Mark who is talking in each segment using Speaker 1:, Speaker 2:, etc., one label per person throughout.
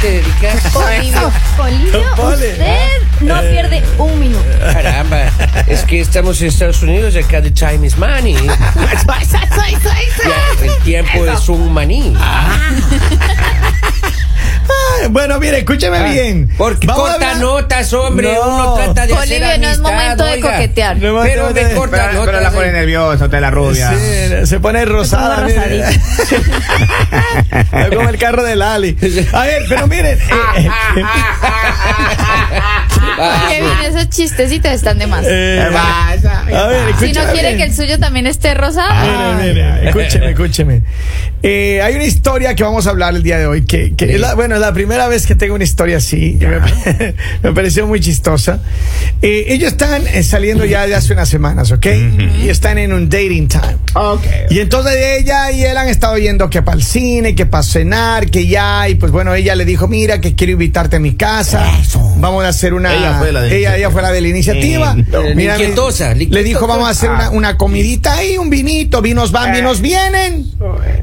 Speaker 1: te dedicas?
Speaker 2: Polivio, Polivio,
Speaker 3: Pole.
Speaker 2: usted no pierde un minuto.
Speaker 1: Caramba, es que estamos en Estados Unidos y acá the time is money. Ya,
Speaker 2: pues.
Speaker 1: el tiempo es un maní.
Speaker 3: Ay, bueno, mire, escúcheme bien.
Speaker 1: Porque
Speaker 3: Vamos a
Speaker 1: corta
Speaker 3: hablar-
Speaker 1: notas, hombre.
Speaker 3: No.
Speaker 1: Uno trata de hacer
Speaker 2: Polivio, no es
Speaker 1: amistad,
Speaker 2: momento de
Speaker 1: oiga.
Speaker 2: coquetear.
Speaker 3: No,
Speaker 1: Pero me
Speaker 3: Pero-
Speaker 1: corta
Speaker 4: Pero,
Speaker 1: notas.
Speaker 4: pero la pone nerviosa, usted la rubia.
Speaker 3: Sí, se pone rosada.
Speaker 2: pongo
Speaker 3: mire. Es como el carro de Lali. A ver, pero miren. eh,
Speaker 1: Ah.
Speaker 2: Kevin, esos chistecitos están de más.
Speaker 3: eh,
Speaker 4: ¿Qué pasa?
Speaker 3: a ver,
Speaker 2: Si
Speaker 3: escúcheme.
Speaker 2: no quiere
Speaker 3: bien.
Speaker 2: que el suyo también esté rosado.
Speaker 3: Mire, mire, escúcheme, escúcheme. Eh, hay una historia que vamos a hablar el día de hoy, que, que es la, bueno, es la primera vez que tengo una historia así, que me, me pareció muy chistosa. Eh, ellos están eh, saliendo ya de hace unas semanas, ¿ok? Y están en un dating time.
Speaker 4: Ok.
Speaker 3: Y entonces ella y él han estado yendo que para el cine, que para cenar, que ya, y pues bueno, ella le dijo, mira, que quiero invitarte a mi casa, vamos a hacer una...
Speaker 4: Ella fue la de la
Speaker 3: ella, ella fue la de la iniciativa.
Speaker 4: Eh,
Speaker 3: Mira,
Speaker 1: Liquitosa,
Speaker 3: Le dijo,
Speaker 1: liquitosa.
Speaker 3: vamos a hacer una,
Speaker 4: Ah,
Speaker 3: una comidita ahí, un vinito, vinos van,
Speaker 4: Eh.
Speaker 3: vinos vienen.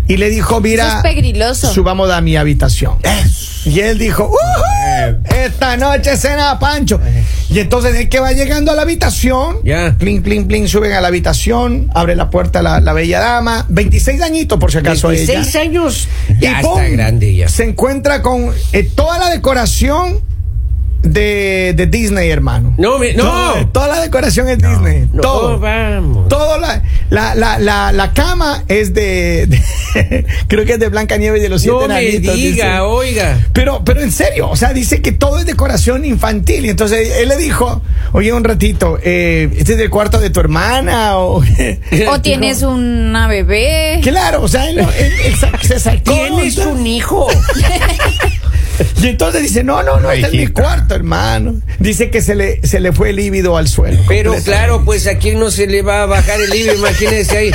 Speaker 3: Y le dijo,
Speaker 2: Eso
Speaker 3: mira,
Speaker 2: es pegriloso.
Speaker 3: subamos a mi habitación. Y él dijo, "Ujú,
Speaker 4: Eh.
Speaker 3: esta noche cena Pancho. Y entonces el que va llegando a la habitación,
Speaker 1: Ya.
Speaker 3: plin, plin, plin, suben a la habitación, abre la puerta la, la bella dama, 26 añitos por si acaso ella.
Speaker 1: 16 años. Ya
Speaker 3: Y, ¡pum!
Speaker 1: está grande ya.
Speaker 3: Se encuentra con eh, toda la decoración de, de Disney, hermano.
Speaker 1: No, me- no.
Speaker 3: Todo- toda la decoración es Disney.
Speaker 1: No,
Speaker 3: todo.
Speaker 1: vamos.
Speaker 3: Todo la, la, la, la, la cama es de, de- Creo que es de Blanca Nieves y de los siete
Speaker 1: No me
Speaker 3: enanitos,
Speaker 1: diga,
Speaker 3: dice.
Speaker 1: oiga.
Speaker 3: Pero, pero en serio, o sea, dice que todo es decoración infantil. Y entonces él le dijo, oye, un ratito, eh, este es el cuarto de tu hermana o...
Speaker 2: O tienes una bebé.
Speaker 3: Claro, o sea, él, no- él- él sa- se sacó.
Speaker 1: Tienes un hijo.
Speaker 3: Y entonces dice, no, no, no, este es mi
Speaker 4: Hijita.
Speaker 3: cuarto, hermano. Dice que se le, se le fue el líbido al suelo.
Speaker 1: Pero claro, pues a quién no se le va a bajar el libro, imagínese ahí.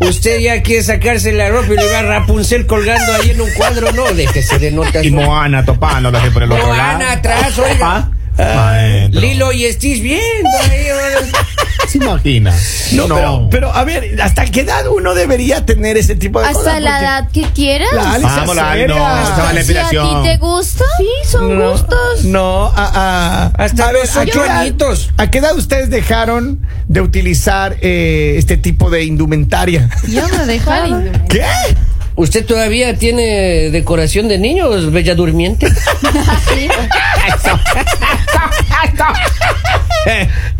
Speaker 1: Usted ya quiere sacarse la ropa y le va a Rapunzel colgando ahí en un cuadro, no, déjese de notas.
Speaker 4: Y Moana topándola así por el otro lado.
Speaker 1: Moana atrás, oiga.
Speaker 4: Ah, maestro.
Speaker 1: Lilo y Stitch viendo ahí. oiga.
Speaker 4: ¿Se imagina?
Speaker 3: No, Pero, pero, a ver, ¿hasta qué edad uno debería tener ese tipo de cosas?
Speaker 2: Hasta la
Speaker 3: Porque-
Speaker 2: edad que quieras.
Speaker 3: La Alice
Speaker 4: Vamos, la-
Speaker 3: Acerga.
Speaker 4: no, esa
Speaker 2: Si
Speaker 4: vale. la
Speaker 2: a ti
Speaker 4: inspiración.
Speaker 2: te gusta, sí, son
Speaker 3: No,
Speaker 2: gustos.
Speaker 3: No, a, a-
Speaker 1: Hasta
Speaker 3: a ver,
Speaker 1: los
Speaker 3: ¿a
Speaker 1: ocho
Speaker 3: qué edad-
Speaker 1: añitos.
Speaker 3: ¿A qué edad ustedes dejaron de utilizar eh, este tipo de indumentaria?
Speaker 2: Yo no dejaba.
Speaker 3: ¿Qué?
Speaker 1: ¿Usted todavía tiene decoración de niños, bella durmiente?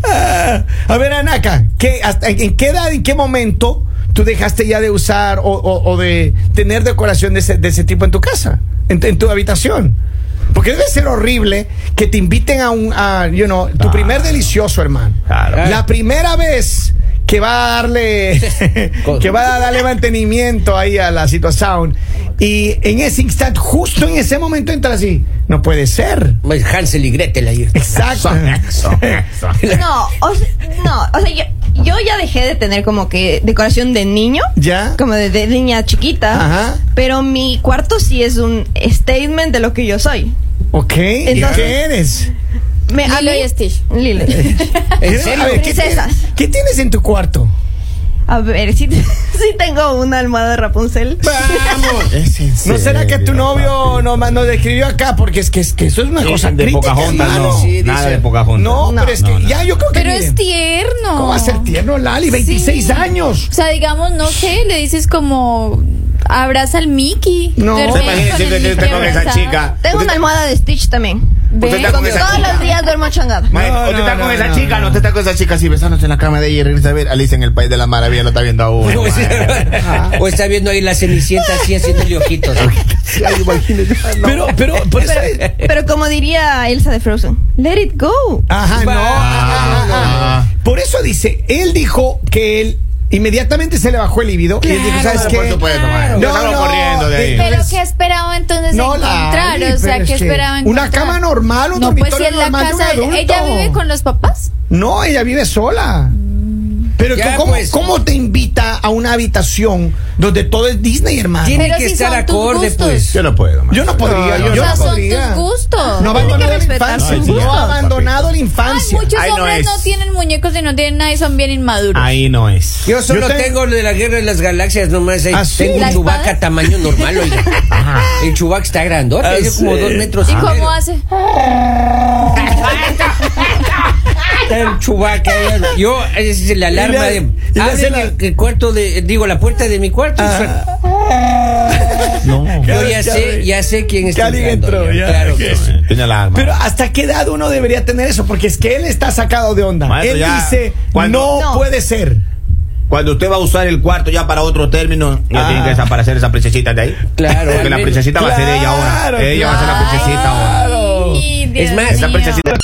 Speaker 3: Ah, a ver, Anaka, ¿qué, hasta, ¿en qué edad, en qué momento tú dejaste ya de usar o, o- o de tener decoración de ese, de ese tipo en tu casa, en, en tu habitación? Porque debe ser horrible que te inviten a un, a, you know, tu primer delicioso, hermano.
Speaker 4: Claro.
Speaker 3: La primera vez que va a darle, que va a darle mantenimiento ahí a la situación. Y en ese instante, justo en ese momento entra así. No puede ser.
Speaker 1: Hansel y Gretel ahí.
Speaker 3: Exacto.
Speaker 5: No, o sea, no, o sea, yo, yo ya dejé de tener como que decoración de niño,
Speaker 3: ¿Ya?
Speaker 5: como de, de niña chiquita,
Speaker 3: Ajá.
Speaker 5: pero mi cuarto sí es un statement de lo que yo soy.
Speaker 3: Ok,
Speaker 5: Entonces-
Speaker 3: ¿qué eres?
Speaker 5: Me, a
Speaker 2: Lilo
Speaker 5: mí-
Speaker 2: y Stitch.
Speaker 5: Lilo.
Speaker 1: ¿En
Speaker 3: Quiero-
Speaker 1: serio?
Speaker 3: a ver, ¿qué,
Speaker 5: Princesas.
Speaker 3: tienes- qué tienes en tu cuarto?
Speaker 5: A ver, sí, sí tengo una almohada de Rapunzel.
Speaker 1: Vamos.
Speaker 3: ¿No Ah, será que tu novio nomás nos describió acá? Porque es que, es que eso es una cosa
Speaker 4: de
Speaker 3: crítica,
Speaker 4: Pocahontas,
Speaker 3: hermano.
Speaker 4: Ah, no.
Speaker 1: Sí, dice.
Speaker 4: Nada de Pocahontas.
Speaker 3: No, pero es que
Speaker 4: no, no.
Speaker 3: ya yo creo que.
Speaker 2: Pero
Speaker 3: miren,
Speaker 2: es tierno.
Speaker 3: ¿Cómo va a ser tierno, Lali? 26
Speaker 2: Sí.
Speaker 3: años.
Speaker 2: O sea, digamos, no sé, le dices como abraza al Mickey.
Speaker 3: No.
Speaker 2: Duerme
Speaker 3: ¿Se
Speaker 4: ¿Se imagina
Speaker 2: con
Speaker 4: siempre
Speaker 2: el
Speaker 4: que usted
Speaker 2: Mickey
Speaker 4: con esa
Speaker 2: abrazado.
Speaker 4: chica? Usted
Speaker 5: Tengo una
Speaker 4: está-
Speaker 5: almohada de Stitch también.
Speaker 4: Usted está con
Speaker 2: Ve,
Speaker 4: esa
Speaker 5: Todos los
Speaker 4: chica.
Speaker 5: días duermo changada.
Speaker 4: Maestro,
Speaker 3: No,
Speaker 4: usted está
Speaker 3: no,
Speaker 4: con
Speaker 3: no,
Speaker 4: esa
Speaker 3: no,
Speaker 4: chica,
Speaker 3: no.
Speaker 4: no, usted está con esa chica así besándose en la cama de ella y regresa a ver Alicia en el País de las Maravillas, lo está viendo aún.
Speaker 1: O
Speaker 4: maestro.
Speaker 1: sea, O está viendo ahí la cenicienta así haciéndole ojitos.
Speaker 4: Ay, imagínese.
Speaker 3: Pero, pero, pues, pero.
Speaker 5: Pero como diría Elsa de Frozen, let it go.
Speaker 3: Ajá, no.
Speaker 1: Va.
Speaker 3: ajá, ajá, ajá.
Speaker 4: Ah.
Speaker 3: Por eso dice, él dijo que él inmediatamente se le bajó el libido. y él dijo,
Speaker 1: Claro,
Speaker 3: ¿sabes
Speaker 1: por
Speaker 3: qué?
Speaker 4: Por supuesto, maestro.
Speaker 3: No,
Speaker 4: Yo salgo
Speaker 3: no,
Speaker 4: corriendo de ahí.
Speaker 2: Pero qué esperaba entonces
Speaker 3: No,
Speaker 2: encontrar,
Speaker 3: Lali,
Speaker 2: o sea,
Speaker 3: pero
Speaker 2: qué
Speaker 3: es que
Speaker 2: esperaba
Speaker 3: una
Speaker 2: encontrar.
Speaker 3: cama normal, un
Speaker 2: No, pues si
Speaker 3: dormitorio
Speaker 2: en la
Speaker 3: normal de un
Speaker 2: casa
Speaker 3: adulto.
Speaker 2: ella vive con los papás.
Speaker 3: No, ella vive sola. Pero
Speaker 1: Ya,
Speaker 3: ¿cómo,
Speaker 1: pues.
Speaker 3: cómo te invita a una habitación donde todo es Disney, hermano.
Speaker 1: Tiene
Speaker 2: Pero
Speaker 1: que
Speaker 2: si
Speaker 1: estar
Speaker 2: son tus
Speaker 1: acorde,
Speaker 2: gustos.
Speaker 1: pues.
Speaker 4: Yo no puedo. man.
Speaker 3: Yo no podría,
Speaker 4: No,
Speaker 3: yo
Speaker 2: o sea,
Speaker 3: no
Speaker 2: son
Speaker 3: podría.
Speaker 2: tus gustos.
Speaker 3: No ha
Speaker 5: Tiene que
Speaker 3: abandonado la
Speaker 5: respetar
Speaker 3: infancia.
Speaker 4: sus
Speaker 3: No ha
Speaker 4: gustos,
Speaker 3: abandonado la
Speaker 2: Ay,
Speaker 3: infancia.
Speaker 2: muchos
Speaker 4: Ahí no
Speaker 2: hombres no,
Speaker 4: es.
Speaker 2: tienen muñecos y no tienen nada y son bien inmaduros.
Speaker 4: Ahí no es.
Speaker 1: Yo solo
Speaker 3: Yo te-
Speaker 1: tengo lo de la guerra de las galaxias nomás. ahí.
Speaker 3: ¿Ah, sí?
Speaker 1: Tengo
Speaker 2: ¿La
Speaker 1: un
Speaker 2: espada?
Speaker 1: chubaca tamaño normal, oiga. El chubaca está grandote,
Speaker 3: Ah,
Speaker 1: es
Speaker 3: sí.
Speaker 1: como dos metros
Speaker 2: ¿Y
Speaker 1: medio.
Speaker 2: cómo hace?
Speaker 1: Está el Chewbacca, ya. Yo, es la alarma
Speaker 3: Y
Speaker 1: de.
Speaker 3: le- y le hace
Speaker 1: Abre
Speaker 3: la- Ah,
Speaker 1: el, el cuarto de. Digo, la puerta de mi cuarto.
Speaker 4: No.
Speaker 1: Yo ya sé, ya sé quién está.
Speaker 3: Ya alguien
Speaker 1: entrando,
Speaker 3: entró,
Speaker 1: ya,
Speaker 3: ya,
Speaker 1: Claro.
Speaker 3: que-
Speaker 4: Tiene la arma.
Speaker 3: Pero ah, ¿hasta qué edad uno debería tener eso? Porque es que él está sacado de onda.
Speaker 4: Maestro,
Speaker 3: él
Speaker 4: ya,
Speaker 3: dice,
Speaker 4: cuando-
Speaker 3: no,
Speaker 5: No.
Speaker 3: puede ser.
Speaker 4: Cuando usted va a usar el cuarto ya para otro término, ya
Speaker 3: Ah.
Speaker 4: tiene que desaparecer esa princesita de ahí.
Speaker 1: Claro,
Speaker 4: Porque la
Speaker 1: realmente.
Speaker 4: princesita va a ser ella
Speaker 3: Claro,
Speaker 4: ahora. Ella va a ser la princesita ahora.
Speaker 3: Claro.
Speaker 2: Ay, Dios
Speaker 1: Es más,
Speaker 4: Esa
Speaker 2: mío.
Speaker 4: princesita.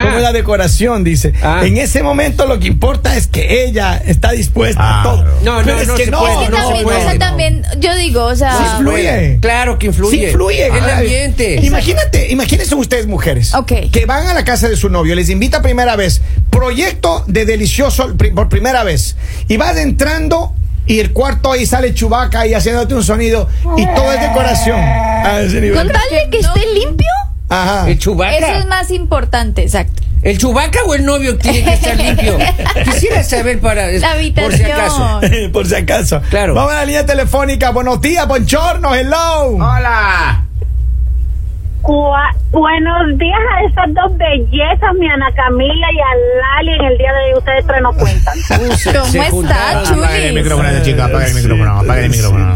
Speaker 3: Como la decoración, dice.
Speaker 1: Ah.
Speaker 3: En ese momento lo que importa es que ella está dispuesta a
Speaker 4: Claro.
Speaker 3: todo.
Speaker 1: No, no,
Speaker 3: Pero es
Speaker 1: no
Speaker 3: que
Speaker 1: se
Speaker 3: no,
Speaker 1: puede,
Speaker 2: Es que
Speaker 3: no
Speaker 1: se
Speaker 2: también,
Speaker 3: puede.
Speaker 2: o sea, también, yo digo, o
Speaker 3: Sí
Speaker 2: sea,
Speaker 3: influye.
Speaker 1: Claro que influye.
Speaker 3: Sí influye.
Speaker 1: El
Speaker 3: Ay.
Speaker 1: ambiente.
Speaker 3: Imagínate, imagínense ustedes mujeres
Speaker 2: Ok.
Speaker 3: que van a la casa de su novio, les invita primera vez, proyecto de delicioso pri- por primera vez, y vas entrando y el cuarto ahí sale chubaca y haciéndote un sonido y todo es decoración. A ese nivel.
Speaker 5: Con tal de que esté limpio,
Speaker 3: Ajá.
Speaker 1: El Chewbacca.
Speaker 2: eso es más importante, exacto.
Speaker 1: ¿El chubaca o el novio tiene que estar limpio? Quisiera saber para.
Speaker 2: La
Speaker 1: Por si acaso.
Speaker 2: habitación.
Speaker 3: por si acaso.
Speaker 1: Claro.
Speaker 3: Vamos a la línea telefónica. Buenos días, bonchorno, hello.
Speaker 4: ¡Hola!
Speaker 6: Cua- Buenos días a esas dos bellezas, mi Ana Camila y a Lali. En el día de hoy ustedes tres no cuentan.
Speaker 1: se
Speaker 2: ¿Cómo está,
Speaker 1: juntaron,
Speaker 4: Apague el
Speaker 2: Chulis?
Speaker 4: micrófono, esa chica. Apague el micrófono. Apague el micrófono.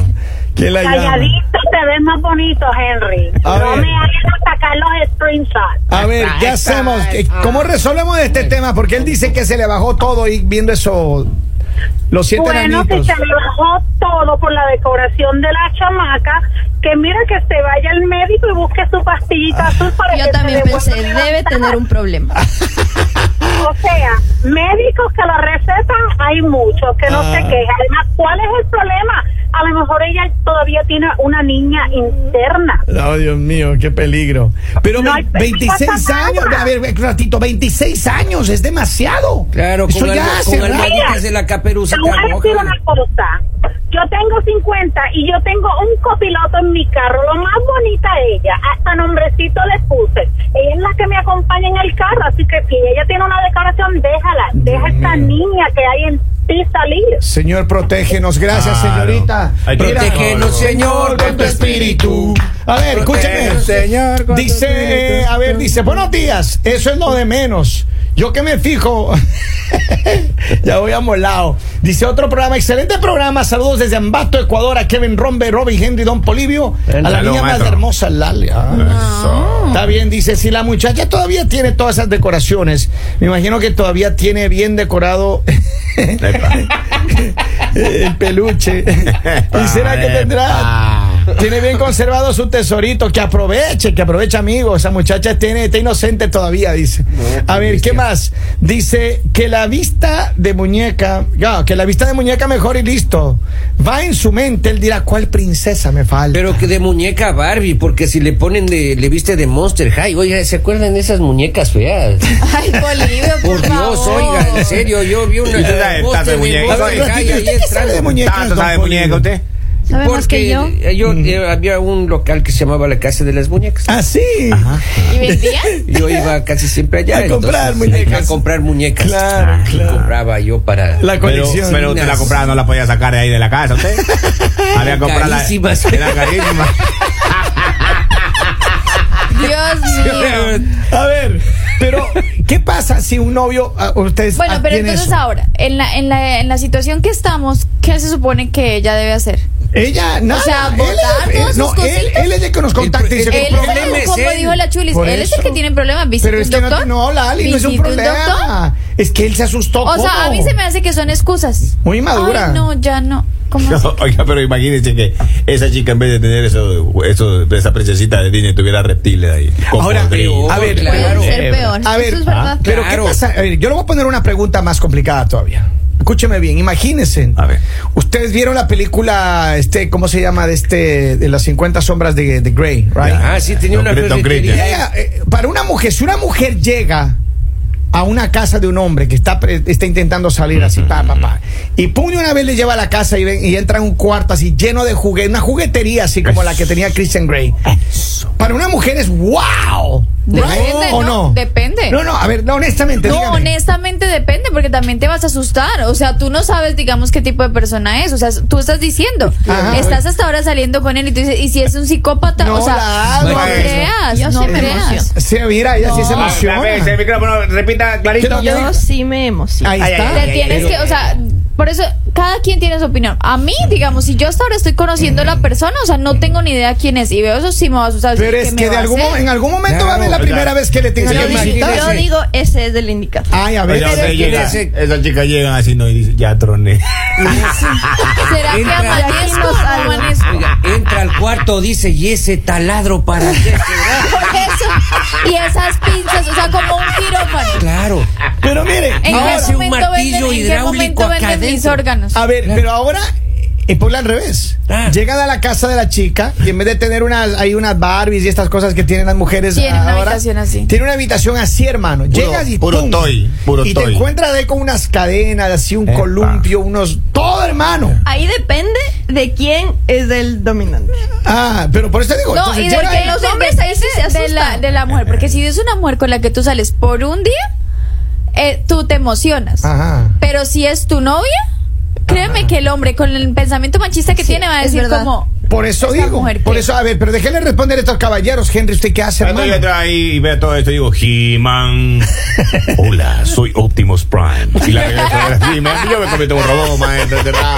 Speaker 3: ¿Quién la llama?
Speaker 6: Calladito te ves más bonito, Henry.
Speaker 3: A
Speaker 6: no
Speaker 3: ver.
Speaker 6: me hagan sacar los screenshots.
Speaker 3: A ver, ¿qué hacemos? ¿Qué- ¿Cómo resolvemos este tema? Porque él dice que se le bajó todo y viendo eso, los siete
Speaker 6: Bueno, que
Speaker 3: enanitos.
Speaker 6: se le bajó todo por la decoración de la chamaca. Que mira que se vaya al médico y busque su pastillita azul para que
Speaker 2: Yo
Speaker 6: se
Speaker 2: también
Speaker 6: le
Speaker 2: pensé,
Speaker 6: vuelva a
Speaker 2: debe
Speaker 6: levantar.
Speaker 2: tener un problema.
Speaker 4: Ah,
Speaker 6: O sea, médicos que lo recetan hay muchos, que no
Speaker 3: Ah.
Speaker 6: se quejan. Además, ¿cuál es el problema? A lo mejor ella todavía tiene una niña interna.
Speaker 3: Oh, Dios mío, qué peligro. Pero
Speaker 6: No
Speaker 3: ve-
Speaker 6: hay peligro,
Speaker 3: 26
Speaker 6: pasa
Speaker 3: años,
Speaker 6: nada.
Speaker 3: a ver, un ratito, 26 años, es demasiado.
Speaker 1: Claro,
Speaker 3: Eso
Speaker 1: con,
Speaker 3: ya
Speaker 1: alma-
Speaker 3: hace
Speaker 1: con
Speaker 3: rato.
Speaker 1: almohaditas de la
Speaker 6: Te
Speaker 1: caperucita
Speaker 6: voy a decir
Speaker 1: roja.
Speaker 6: una cosa. Yo tengo 50 y yo tengo un copiloto en mi carro. Lo más bonita ella. Hasta nombrecito le puse. Ella es la que me acompaña en el carro. Así que si ella tiene una declaración, déjala. Deja a esta niña que hay en ti salir.
Speaker 3: Señor, protégenos. Gracias,
Speaker 4: Claro.
Speaker 3: señorita.
Speaker 4: Hay que
Speaker 3: Mira,
Speaker 1: Protégenos, Señor,
Speaker 3: con tu espíritu. A ver, escúcheme.
Speaker 1: Protégenos, Señor, con tu
Speaker 3: Dice, eh, a ver, dice, buenos días. Eso es lo de menos. Yo que me fijo. ya voy amolado. Dice otro programa, excelente programa. Saludos desde Ambato, Ecuador, a Kevin Rombe, Robin Henry, Don Polivio, a la
Speaker 4: Salud,
Speaker 3: niña más
Speaker 4: maestro.
Speaker 3: hermosa, Lali. Ah.
Speaker 4: Eso.
Speaker 3: Está bien, dice, si la muchacha todavía tiene todas esas decoraciones, me imagino que todavía tiene bien decorado
Speaker 4: Epa.
Speaker 3: el peluche. ¿Y será que tendrá?
Speaker 4: Epa.
Speaker 3: Tiene bien conservado su tesorito, que aproveche, que aproveche, amigo. Esa muchacha tiene, está inocente todavía, dice. A ver, ¿qué más? Dice que la vista de muñeca, ya, que la vista de muñeca mejor y listo. Va en su mente, él dirá, ¿cuál princesa me falta?
Speaker 1: Pero que de muñeca Barbie, porque si le ponen de, le viste de Monster High, oiga, ¿se acuerdan de esas muñecas feas?
Speaker 2: Ay, Bolivio, por,
Speaker 1: Por Dios,
Speaker 2: favor.
Speaker 1: oiga, en serio, yo vi una
Speaker 4: ¿Y usted sabe,
Speaker 1: póster
Speaker 4: taza de muñeca?
Speaker 3: A ver,
Speaker 1: Monster High
Speaker 3: ratito,
Speaker 1: ahí
Speaker 3: ¿usted qué sabe de
Speaker 1: entrando.
Speaker 3: muñeca?
Speaker 4: ¿Tanto
Speaker 3: Don
Speaker 4: sabe de
Speaker 3: Polibio?
Speaker 4: muñeca usted?
Speaker 2: ¿Sabe más que yo?
Speaker 1: eh, yo, eh, había un local que se llamaba la Casa de las Muñecas.
Speaker 3: Ah, sí.
Speaker 2: ¿Y vendía?
Speaker 1: Yo iba casi siempre allá.
Speaker 3: A comprar muñecas.
Speaker 1: A comprar muñecas.
Speaker 3: Claro,
Speaker 1: Ah,
Speaker 3: claro.
Speaker 1: compraba yo para.
Speaker 3: La
Speaker 4: Pero,
Speaker 3: colección.
Speaker 4: pero usted la compraba, no la podía sacar de ahí de la casa, usted. Había que comprarla.
Speaker 1: Carísimas.
Speaker 4: Era carísima.
Speaker 2: Dios mío.
Speaker 3: A ver, pero ¿qué pasa si un novio ah, ustedes
Speaker 2: Bueno,
Speaker 3: ah,
Speaker 2: pero
Speaker 3: tiene
Speaker 2: entonces
Speaker 3: eso?
Speaker 2: ahora, en la, en, la, en la situación que estamos, ¿qué se supone que ella debe hacer?
Speaker 3: ella nada,
Speaker 2: sea,
Speaker 3: él,
Speaker 2: botar
Speaker 3: él-
Speaker 2: todas
Speaker 3: no,
Speaker 2: sus
Speaker 3: él,
Speaker 2: cositas.
Speaker 3: él es el que nos contacta y dice
Speaker 1: El
Speaker 2: Él
Speaker 3: "Tengo
Speaker 1: problema
Speaker 2: es el,
Speaker 1: es
Speaker 2: como
Speaker 1: él.
Speaker 2: dijo la Chulis,
Speaker 3: Por
Speaker 2: él es
Speaker 3: eso.
Speaker 2: el que tiene problemas. ¿Visita
Speaker 3: Pero es
Speaker 2: un
Speaker 3: que no,
Speaker 2: doctor?
Speaker 3: no, Lali, no es un
Speaker 2: ¿Visita doctor?
Speaker 3: problema. es que él se asustó.
Speaker 2: O sea, a
Speaker 3: ¿cómo?
Speaker 2: mí se me hace que son excusas.
Speaker 3: Muy madura.
Speaker 2: Ay, no, ya no. ¿Cómo así?
Speaker 4: Oiga, pero imagínense que esa chica en vez de tener eso, eso esa princesita de Disney tuviera reptiles ahí. con
Speaker 3: Ahora,
Speaker 4: cocodrilos.
Speaker 3: a ver,
Speaker 2: Puede
Speaker 1: Claro.
Speaker 2: ser peor.
Speaker 3: A ver, ¿Ah?
Speaker 2: Eso es verdad.
Speaker 3: pero
Speaker 1: Claro.
Speaker 3: ¿qué pasa? A ver, yo le voy a poner una pregunta más complicada todavía. Escúcheme bien, imagínense.
Speaker 4: A ver.
Speaker 3: Ustedes vieron la película, este, ¿cómo se llama? De este, de las 50 sombras de, de Grey, right?
Speaker 1: Ah, sí, tenía
Speaker 4: Don
Speaker 1: una
Speaker 4: Cri- don
Speaker 1: ferretería.
Speaker 4: Cristian.
Speaker 3: Llega, eh, para una mujer, si una mujer llega a una casa de un hombre que está, pre- está intentando salir así, pa, pa, pa. Y pum, de una vez le lleva a la casa y, ven- y entra en un cuarto así lleno de juguetes, una juguetería así como la que tenía Christian Grey. Para una mujer es wow.
Speaker 2: Depende,
Speaker 3: ¿O
Speaker 2: ¿no?
Speaker 3: no?
Speaker 2: Depende.
Speaker 3: No, no, a ver, no, honestamente.
Speaker 2: No,
Speaker 3: dígame.
Speaker 2: honestamente depende, porque también te vas a asustar. O sea, tú no sabes, digamos, qué tipo de persona es. O sea, tú estás diciendo,
Speaker 3: Ajá.
Speaker 2: estás hasta ahora saliendo con él y tú dices, ¿y si es un psicópata?
Speaker 3: No
Speaker 2: o sea,
Speaker 3: la
Speaker 2: no
Speaker 3: hago, eso.
Speaker 2: creas,
Speaker 5: Yo
Speaker 2: no
Speaker 5: sí me
Speaker 2: creas.
Speaker 5: emociono.
Speaker 3: Se mira, ella sí se emociona.
Speaker 4: el micrófono, repita clarito.
Speaker 3: Yo no-
Speaker 5: Yo sí me emociono.
Speaker 3: Ahí
Speaker 4: Ay,
Speaker 3: está.
Speaker 4: ay,
Speaker 2: Te tienes
Speaker 4: pero-
Speaker 2: que, o sea, por eso cada quien tiene su opinión. A mí, digamos, si yo hasta ahora estoy conociendo a la persona, o sea, no tengo ni idea quién es y veo eso sí me va a asustar.
Speaker 3: Mm. Pero es
Speaker 2: ¿qué me
Speaker 3: que de
Speaker 2: va a
Speaker 3: algún,
Speaker 2: hacer?
Speaker 3: mo- en algún momento va a haber la
Speaker 4: Claro,
Speaker 3: primera
Speaker 4: claro.
Speaker 3: vez que le tengan
Speaker 1: Es
Speaker 3: que
Speaker 1: que
Speaker 5: Yo digo,
Speaker 3: visitar.
Speaker 5: yo
Speaker 1: imagínate.
Speaker 5: digo, ese es el indicador.
Speaker 3: Ay, a ver.
Speaker 4: Oye,
Speaker 1: Pero
Speaker 4: usted
Speaker 1: es que
Speaker 4: llega-
Speaker 1: ese-
Speaker 4: esas chicas llegan así, no, y dicen, ya troné.
Speaker 2: ¿Será que
Speaker 1: Entra-
Speaker 2: amanezco o no amanezco?
Speaker 1: Oiga, entra al cuarto, dice, ¿y ese taladro para qué será?
Speaker 2: Por eso. Y esas pinzas, o sea, como un quirófano.
Speaker 1: Claro.
Speaker 3: Pero mire,
Speaker 2: ¿En
Speaker 1: No,
Speaker 2: qué
Speaker 1: hace un
Speaker 2: momento venden,
Speaker 1: martillo
Speaker 2: en qué
Speaker 1: hidráulico
Speaker 2: momento
Speaker 1: acá
Speaker 2: venden mis
Speaker 1: adentro.
Speaker 2: órganos?
Speaker 3: a ver, pero ahora es por al revés.
Speaker 1: Ah.
Speaker 3: Llegan a la casa de la chica y en vez de tener unas, hay unas Barbies y estas cosas que tienen las mujeres
Speaker 2: Tiene una
Speaker 3: ahora,
Speaker 2: habitación así.
Speaker 3: Tiene una habitación así, hermano. Llegas y
Speaker 4: puro
Speaker 3: ¡pum!
Speaker 4: toy, puro
Speaker 3: y te
Speaker 4: toy.
Speaker 3: encuentras de con unas cadenas, así un
Speaker 4: Epa.
Speaker 3: columpio, unos todo, hermano.
Speaker 5: Ahí depende de quién es el dominante.
Speaker 3: Ah, pero por eso te digo,
Speaker 2: No,
Speaker 3: entonces
Speaker 2: y de
Speaker 3: llega
Speaker 2: que
Speaker 3: y-
Speaker 5: los
Speaker 2: de-
Speaker 5: hombres ahí sí se
Speaker 2: de- de la,
Speaker 5: asustan.
Speaker 2: de la mujer, porque si es una mujer con la que tú sales por un día, eh, tú te emocionas.
Speaker 3: Ajá.
Speaker 2: Pero si es tu novia, créeme que el hombre con el pensamiento machista que tiene va a
Speaker 5: es
Speaker 2: decir
Speaker 5: verdad.
Speaker 2: como
Speaker 3: Por eso
Speaker 2: Esta
Speaker 3: digo,
Speaker 2: mujer
Speaker 3: por
Speaker 2: que-
Speaker 3: eso, a ver, pero déjenle responder a estos caballeros, Henry, ¿usted qué hace,
Speaker 4: Cuando yo
Speaker 3: hermano?
Speaker 4: entro ahí y veo todo esto, digo, He-Man. Hola, soy Optimus Prime. Y la regreso a ver así, man, yo me convierto en un robot, maestro. este etcétera.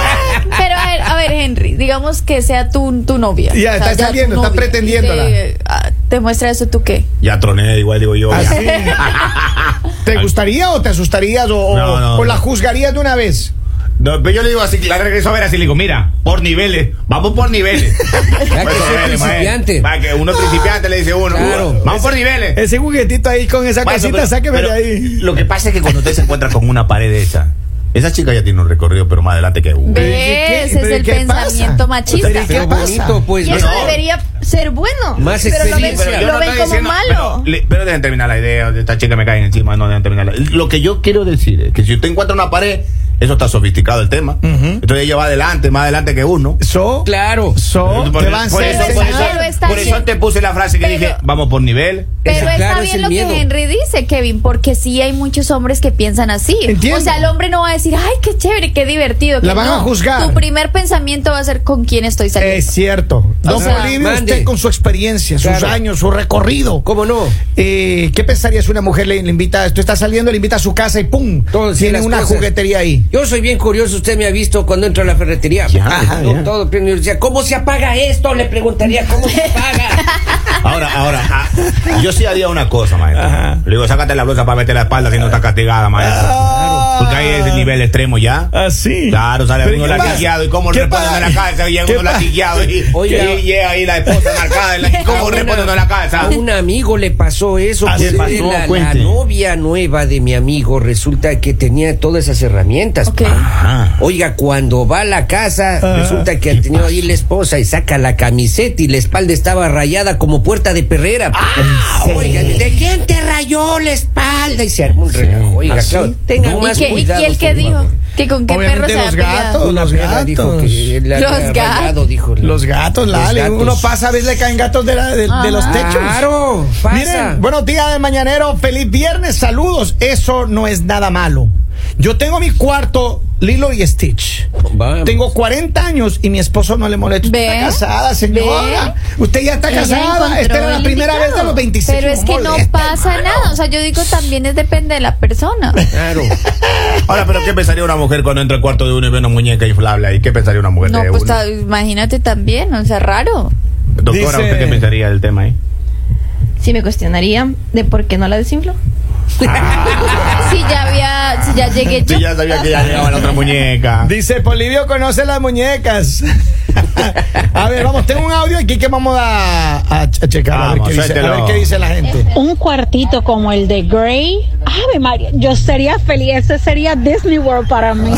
Speaker 2: Pero a ver, a ver, Henry, digamos que sea tu, tu novia.
Speaker 3: Ya, está
Speaker 2: tu
Speaker 3: saliendo, está
Speaker 2: novia, y
Speaker 3: pretendiéndola.
Speaker 2: Te, ah, te muestra eso, ¿tú qué?
Speaker 4: Ya troné, igual digo yo.
Speaker 3: Así. Ah, ¿Te gustaría o te asustarías o, o-
Speaker 4: No, no,
Speaker 3: o la
Speaker 4: no.
Speaker 3: juzgarías de una vez?
Speaker 4: No, pero yo le digo así, la regreso a ver así, le digo, mira, por niveles, vamos por niveles.
Speaker 1: Ya que
Speaker 4: Por
Speaker 1: soy
Speaker 4: niveles,
Speaker 1: principiante.
Speaker 4: maestro. Va, que uno principiante le dice uno.
Speaker 1: Claro.
Speaker 4: Vamos por niveles.
Speaker 3: Ese juguetito ahí con esa
Speaker 4: Bueno,
Speaker 3: casita,
Speaker 4: pero-
Speaker 3: sáqueme de
Speaker 4: pero
Speaker 3: ahí.
Speaker 4: Lo que pasa es que cuando usted se encuentra con una pared de esa, esa chica ya tiene un recorrido, pero más adelante que uno.
Speaker 3: Pero ¿y qué-
Speaker 2: ¿Ves? Ese es
Speaker 3: pero ¿y
Speaker 2: el
Speaker 3: qué pasa?
Speaker 2: pensamiento machista.
Speaker 3: Pero ¿y qué
Speaker 1: Pero
Speaker 3: pasa?
Speaker 1: bonito, pues.
Speaker 5: Y
Speaker 1: ¿no?
Speaker 5: eso
Speaker 4: no.
Speaker 5: debería ser bueno.
Speaker 1: Más
Speaker 5: pero lo ven,
Speaker 1: experiencia.
Speaker 4: Pero yo
Speaker 5: lo
Speaker 4: no
Speaker 5: ven
Speaker 4: estoy
Speaker 5: como
Speaker 4: diciendo- Pero,
Speaker 5: malo.
Speaker 4: le- pero dejen terminar la idea, esta chica me cae encima, no dejen terminar. la- Lo que yo quiero decir es que si usted encuentra una pared, eso está sofisticado el tema. Entonces ella va adelante, más adelante que uno.
Speaker 3: So,
Speaker 1: Claro.
Speaker 3: so,
Speaker 4: por,
Speaker 3: te van
Speaker 4: por
Speaker 3: seis
Speaker 4: eso,
Speaker 2: Pero
Speaker 4: por
Speaker 2: está-
Speaker 4: eso-
Speaker 2: pero está
Speaker 4: por eso
Speaker 2: bien.
Speaker 4: te puse la frase que
Speaker 2: Pero-
Speaker 4: dije, vamos por nivel.
Speaker 1: Ese,
Speaker 2: Pero
Speaker 1: claro,
Speaker 2: está
Speaker 1: es
Speaker 2: bien
Speaker 1: el
Speaker 2: lo
Speaker 1: miedo.
Speaker 2: que Henry dice, Kevin, porque sí hay muchos hombres que piensan así.
Speaker 3: Entiendo.
Speaker 2: O sea, el hombre no va a decir, ay, qué chévere, qué divertido. que
Speaker 3: La van
Speaker 2: no.
Speaker 3: a juzgar.
Speaker 2: Tu primer pensamiento va a ser con quién estoy saliendo.
Speaker 3: Es cierto. Don
Speaker 1: sea,
Speaker 3: Polibio,
Speaker 1: mande.
Speaker 3: usted con su experiencia, sus
Speaker 1: Claro.
Speaker 3: años, su recorrido.
Speaker 1: ¿Cómo no?
Speaker 3: Eh, ¿Qué pensarías si una mujer le, le invita, tú estás saliendo, le invita a su casa y pum,
Speaker 1: Todo, sí,
Speaker 3: tiene
Speaker 1: las
Speaker 3: una
Speaker 1: cosas.
Speaker 3: juguetería ahí?
Speaker 1: Yo soy bien curioso, usted me ha visto cuando entro a la ferretería.
Speaker 4: Ajá,
Speaker 1: Yo
Speaker 4: ya.
Speaker 1: todo pleno, yo decía, ¿cómo se apaga esto? Le preguntaría, ¿cómo se apaga?
Speaker 4: Ahora, ahora, ah, yo sí haría una cosa, maestro. Le digo, sácate la blusa para meter la espalda si no está castigada, maestro. Porque ahí es el nivel extremo ya.
Speaker 3: Así.
Speaker 4: Claro, sale
Speaker 3: Ah. Pero
Speaker 4: uno
Speaker 3: ¿qué pasa?
Speaker 4: latigueado y cómo
Speaker 3: ¿Qué
Speaker 4: responde
Speaker 3: pasa?
Speaker 4: en la casa, llega
Speaker 3: ¿Qué
Speaker 4: uno
Speaker 3: pasa? ah.
Speaker 4: latigueado y,
Speaker 1: Oye,
Speaker 4: y llega ahí la esposa marcada en la- y cómo responde uno en la casa.
Speaker 1: A un amigo le pasó eso.
Speaker 4: Ah,
Speaker 1: porque
Speaker 4: le pasó,
Speaker 1: la, la
Speaker 4: cuente.
Speaker 1: novia nueva de mi amigo resulta que tenía todas esas herramientas.
Speaker 2: Ok.
Speaker 4: Ajá.
Speaker 1: Oiga, cuando va a la casa, resulta que ha tenido ahí la esposa y saca la camiseta y la espalda estaba rayada como puerta de perrera. Oiga, ¿de quién te rayó la espalda? Y se armó un relajo. Oiga, claro,
Speaker 2: Tengan-
Speaker 1: no
Speaker 2: ¿Y,
Speaker 1: más
Speaker 2: qué- y-
Speaker 1: cuidado,
Speaker 2: y el que
Speaker 1: por favor.
Speaker 2: dijo? ¿Que con qué
Speaker 3: Obviamente
Speaker 2: perro se
Speaker 3: los
Speaker 2: había peleado?
Speaker 3: gatos.
Speaker 1: Una
Speaker 3: Los
Speaker 1: perra dijo
Speaker 3: gatos.
Speaker 1: que la
Speaker 2: Los
Speaker 1: había
Speaker 2: gatos.
Speaker 1: rayado, dijo.
Speaker 3: Los gatos, Lali.
Speaker 1: gatos.
Speaker 3: Uno pasa, a veces le caen gatos de, la- de- de
Speaker 2: Ah.
Speaker 3: los techos.
Speaker 1: Claro, pasa.
Speaker 3: Miren, buenos días de mañanero, feliz viernes, saludos. Eso no es nada malo. Yo tengo mi cuarto Lilo y Stitch.
Speaker 1: Vamos.
Speaker 3: Tengo 40 años y mi esposo no le molesta. Usted
Speaker 2: Ve,
Speaker 3: está casada, señora. Usted ya está
Speaker 2: Ella
Speaker 3: casada.
Speaker 2: encontró
Speaker 3: Esta era la
Speaker 2: el
Speaker 3: primera
Speaker 2: indicado.
Speaker 3: vez de los Este 26.
Speaker 2: Pero es que no
Speaker 3: Molesta,
Speaker 2: pasa
Speaker 3: hermano.
Speaker 2: nada. O sea, yo digo también es depende de la persona.
Speaker 1: Claro.
Speaker 4: Ahora, pero ¿qué pensaría una mujer cuando entra al cuarto de uno y ve una muñeca inflable ahí? ¿Qué pensaría una mujer
Speaker 2: No,
Speaker 4: de
Speaker 2: pues
Speaker 4: uno?
Speaker 2: ta- imagínate también, o sea, raro.
Speaker 4: Doctora,
Speaker 3: Dice-
Speaker 4: ¿usted qué pensaría del tema ahí?
Speaker 5: Sí me cuestionaría de por qué no la desinflo.
Speaker 2: Si ya había, si ya llegué yo.
Speaker 4: Sí, ya sabía que ya llegaba la otra muñeca.
Speaker 3: Dice, Polivio conoce las muñecas. a ver, vamos, tengo un audio aquí que vamos a, a- a checar. a, ver
Speaker 4: Vamos,
Speaker 3: qué dice, a
Speaker 4: suéltelo.
Speaker 3: ver qué dice la gente.
Speaker 7: un cuartito como el de Grey, Ave María, yo sería feliz. Ese sería Disney World para mí.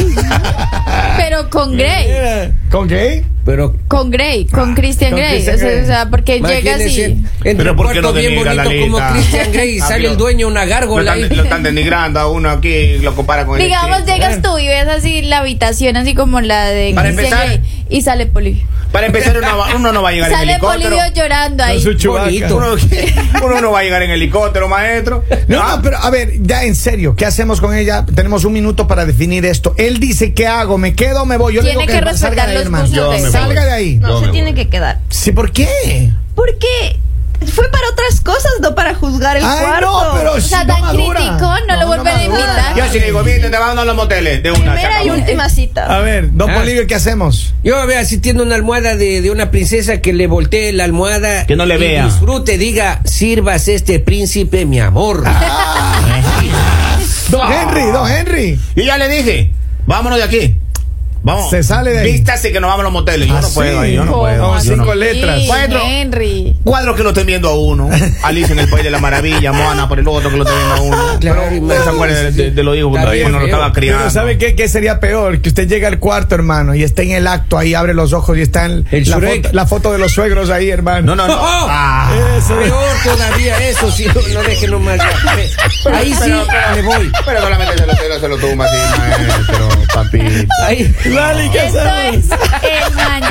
Speaker 2: Pero con Grey.
Speaker 3: ¿Con qué?
Speaker 1: Pero
Speaker 2: Con Grey, con Christian
Speaker 3: Ah, Con
Speaker 2: Grey.
Speaker 3: Christian
Speaker 2: O sea,
Speaker 3: Grey.
Speaker 2: o sea, porque llegas
Speaker 1: imagínese,
Speaker 2: y.
Speaker 1: entra
Speaker 4: Pero
Speaker 1: un
Speaker 4: ¿por qué
Speaker 1: puerto
Speaker 4: no
Speaker 1: bien
Speaker 4: denigra la
Speaker 1: bonito
Speaker 4: lista?
Speaker 1: como Christian Grey y
Speaker 4: Ah,
Speaker 1: sale
Speaker 4: pero-
Speaker 1: el dueño una
Speaker 4: Lo
Speaker 1: gárgola.
Speaker 4: están,
Speaker 1: ahí.
Speaker 4: lo están denigrando a uno aquí y lo comparan con el
Speaker 2: Digamos,
Speaker 4: escrito.
Speaker 2: llegas tú y ves así la habitación, así como la de
Speaker 4: Para
Speaker 2: Christian
Speaker 4: empezar-
Speaker 2: Grey, y sale Polivio.
Speaker 4: Para empezar, uno, va- uno no va a llegar en
Speaker 2: Sale
Speaker 4: helicóptero.
Speaker 2: Polivio llorando ahí.
Speaker 3: Con su chubaca.
Speaker 1: Bonito.
Speaker 4: Uno, uno no va a llegar en helicóptero, maestro. Ah,
Speaker 3: No, no, pero a ver, ya en serio, ¿qué hacemos con ella? Tenemos un minuto para definir esto. Él dice, ¿qué hago? ¿Me quedo o me voy? Yo le
Speaker 2: Tiene
Speaker 3: digo que,
Speaker 2: que
Speaker 3: no,
Speaker 2: respetar
Speaker 3: salga de ahí,
Speaker 2: los
Speaker 3: hermano.
Speaker 2: gustos
Speaker 4: Yo de me él.
Speaker 3: Salga
Speaker 4: voy.
Speaker 3: de ahí.
Speaker 5: No,
Speaker 4: Yo
Speaker 5: se
Speaker 4: me
Speaker 5: tiene
Speaker 4: voy.
Speaker 5: que quedar.
Speaker 3: Sí, ¿por qué?
Speaker 5: Porque fue para otras cosas, no para juzgar el
Speaker 3: Ay,
Speaker 5: cuarto.
Speaker 3: no, pero
Speaker 2: O sea,
Speaker 3: sí,
Speaker 2: tan
Speaker 3: no madura.
Speaker 2: criticón, no lo vuelven a
Speaker 5: madura.
Speaker 2: invitar.
Speaker 4: Yo sí le digo, viste, te vas a uno a los moteles. De una. se
Speaker 5: Primera y
Speaker 4: acabó.
Speaker 5: última cita.
Speaker 3: A ver, don
Speaker 1: Ah.
Speaker 3: Polivio, ¿qué hacemos?
Speaker 1: Yo veo así tiene una almohada de, de una princesa que le voltee la almohada.
Speaker 4: Que no le
Speaker 1: y
Speaker 4: vea.
Speaker 1: Disfrute, diga, sirvas este príncipe, mi amor.
Speaker 4: Ah,
Speaker 3: Don Henry, don Henry.
Speaker 4: Yo ya le dije, vámonos de aquí. Vamos.
Speaker 3: Se sale de ahí.
Speaker 4: Vístase que nos vamos a los moteles. Yo
Speaker 3: Ah,
Speaker 4: no puedo,
Speaker 3: sí.
Speaker 4: yo no
Speaker 3: ¿Cómo
Speaker 4: puedo. yo
Speaker 3: así?
Speaker 4: no-
Speaker 3: Con letras.
Speaker 2: Sí,
Speaker 4: Maestro.
Speaker 2: Henry.
Speaker 4: Cuadros que lo estén viendo a uno. Alicia en el País de la Maravilla, Moana por el otro que lo estén viendo a
Speaker 3: Ah,
Speaker 4: uno.
Speaker 1: Claro,
Speaker 4: Pero
Speaker 1: imagínate.
Speaker 4: no se acuerden de, de los hijos
Speaker 1: Está
Speaker 4: porque
Speaker 1: bien
Speaker 4: uno lo
Speaker 1: feo.
Speaker 4: estaba criando.
Speaker 3: Pero ¿sabe qué, qué sería peor? Que usted llegue al cuarto, hermano, y esté en el acto ahí, abre los ojos y está en
Speaker 1: El
Speaker 3: la,
Speaker 1: Shrek.
Speaker 3: foto, la foto de los suegros ahí, hermano.
Speaker 4: No, no, no.
Speaker 1: ¡Oh!
Speaker 4: Ah.
Speaker 3: Eso.
Speaker 1: Peor todavía eso, si no, no dejen nomás. ya. Ahí sí
Speaker 4: Pero, pero-
Speaker 1: me voy.
Speaker 4: Pero solamente se lo, se lo, se lo tumba así, maestro, papito.
Speaker 1: Ahí.
Speaker 3: Lali, ¿qué
Speaker 2: Esto
Speaker 3: hacemos?
Speaker 2: es el mañanero.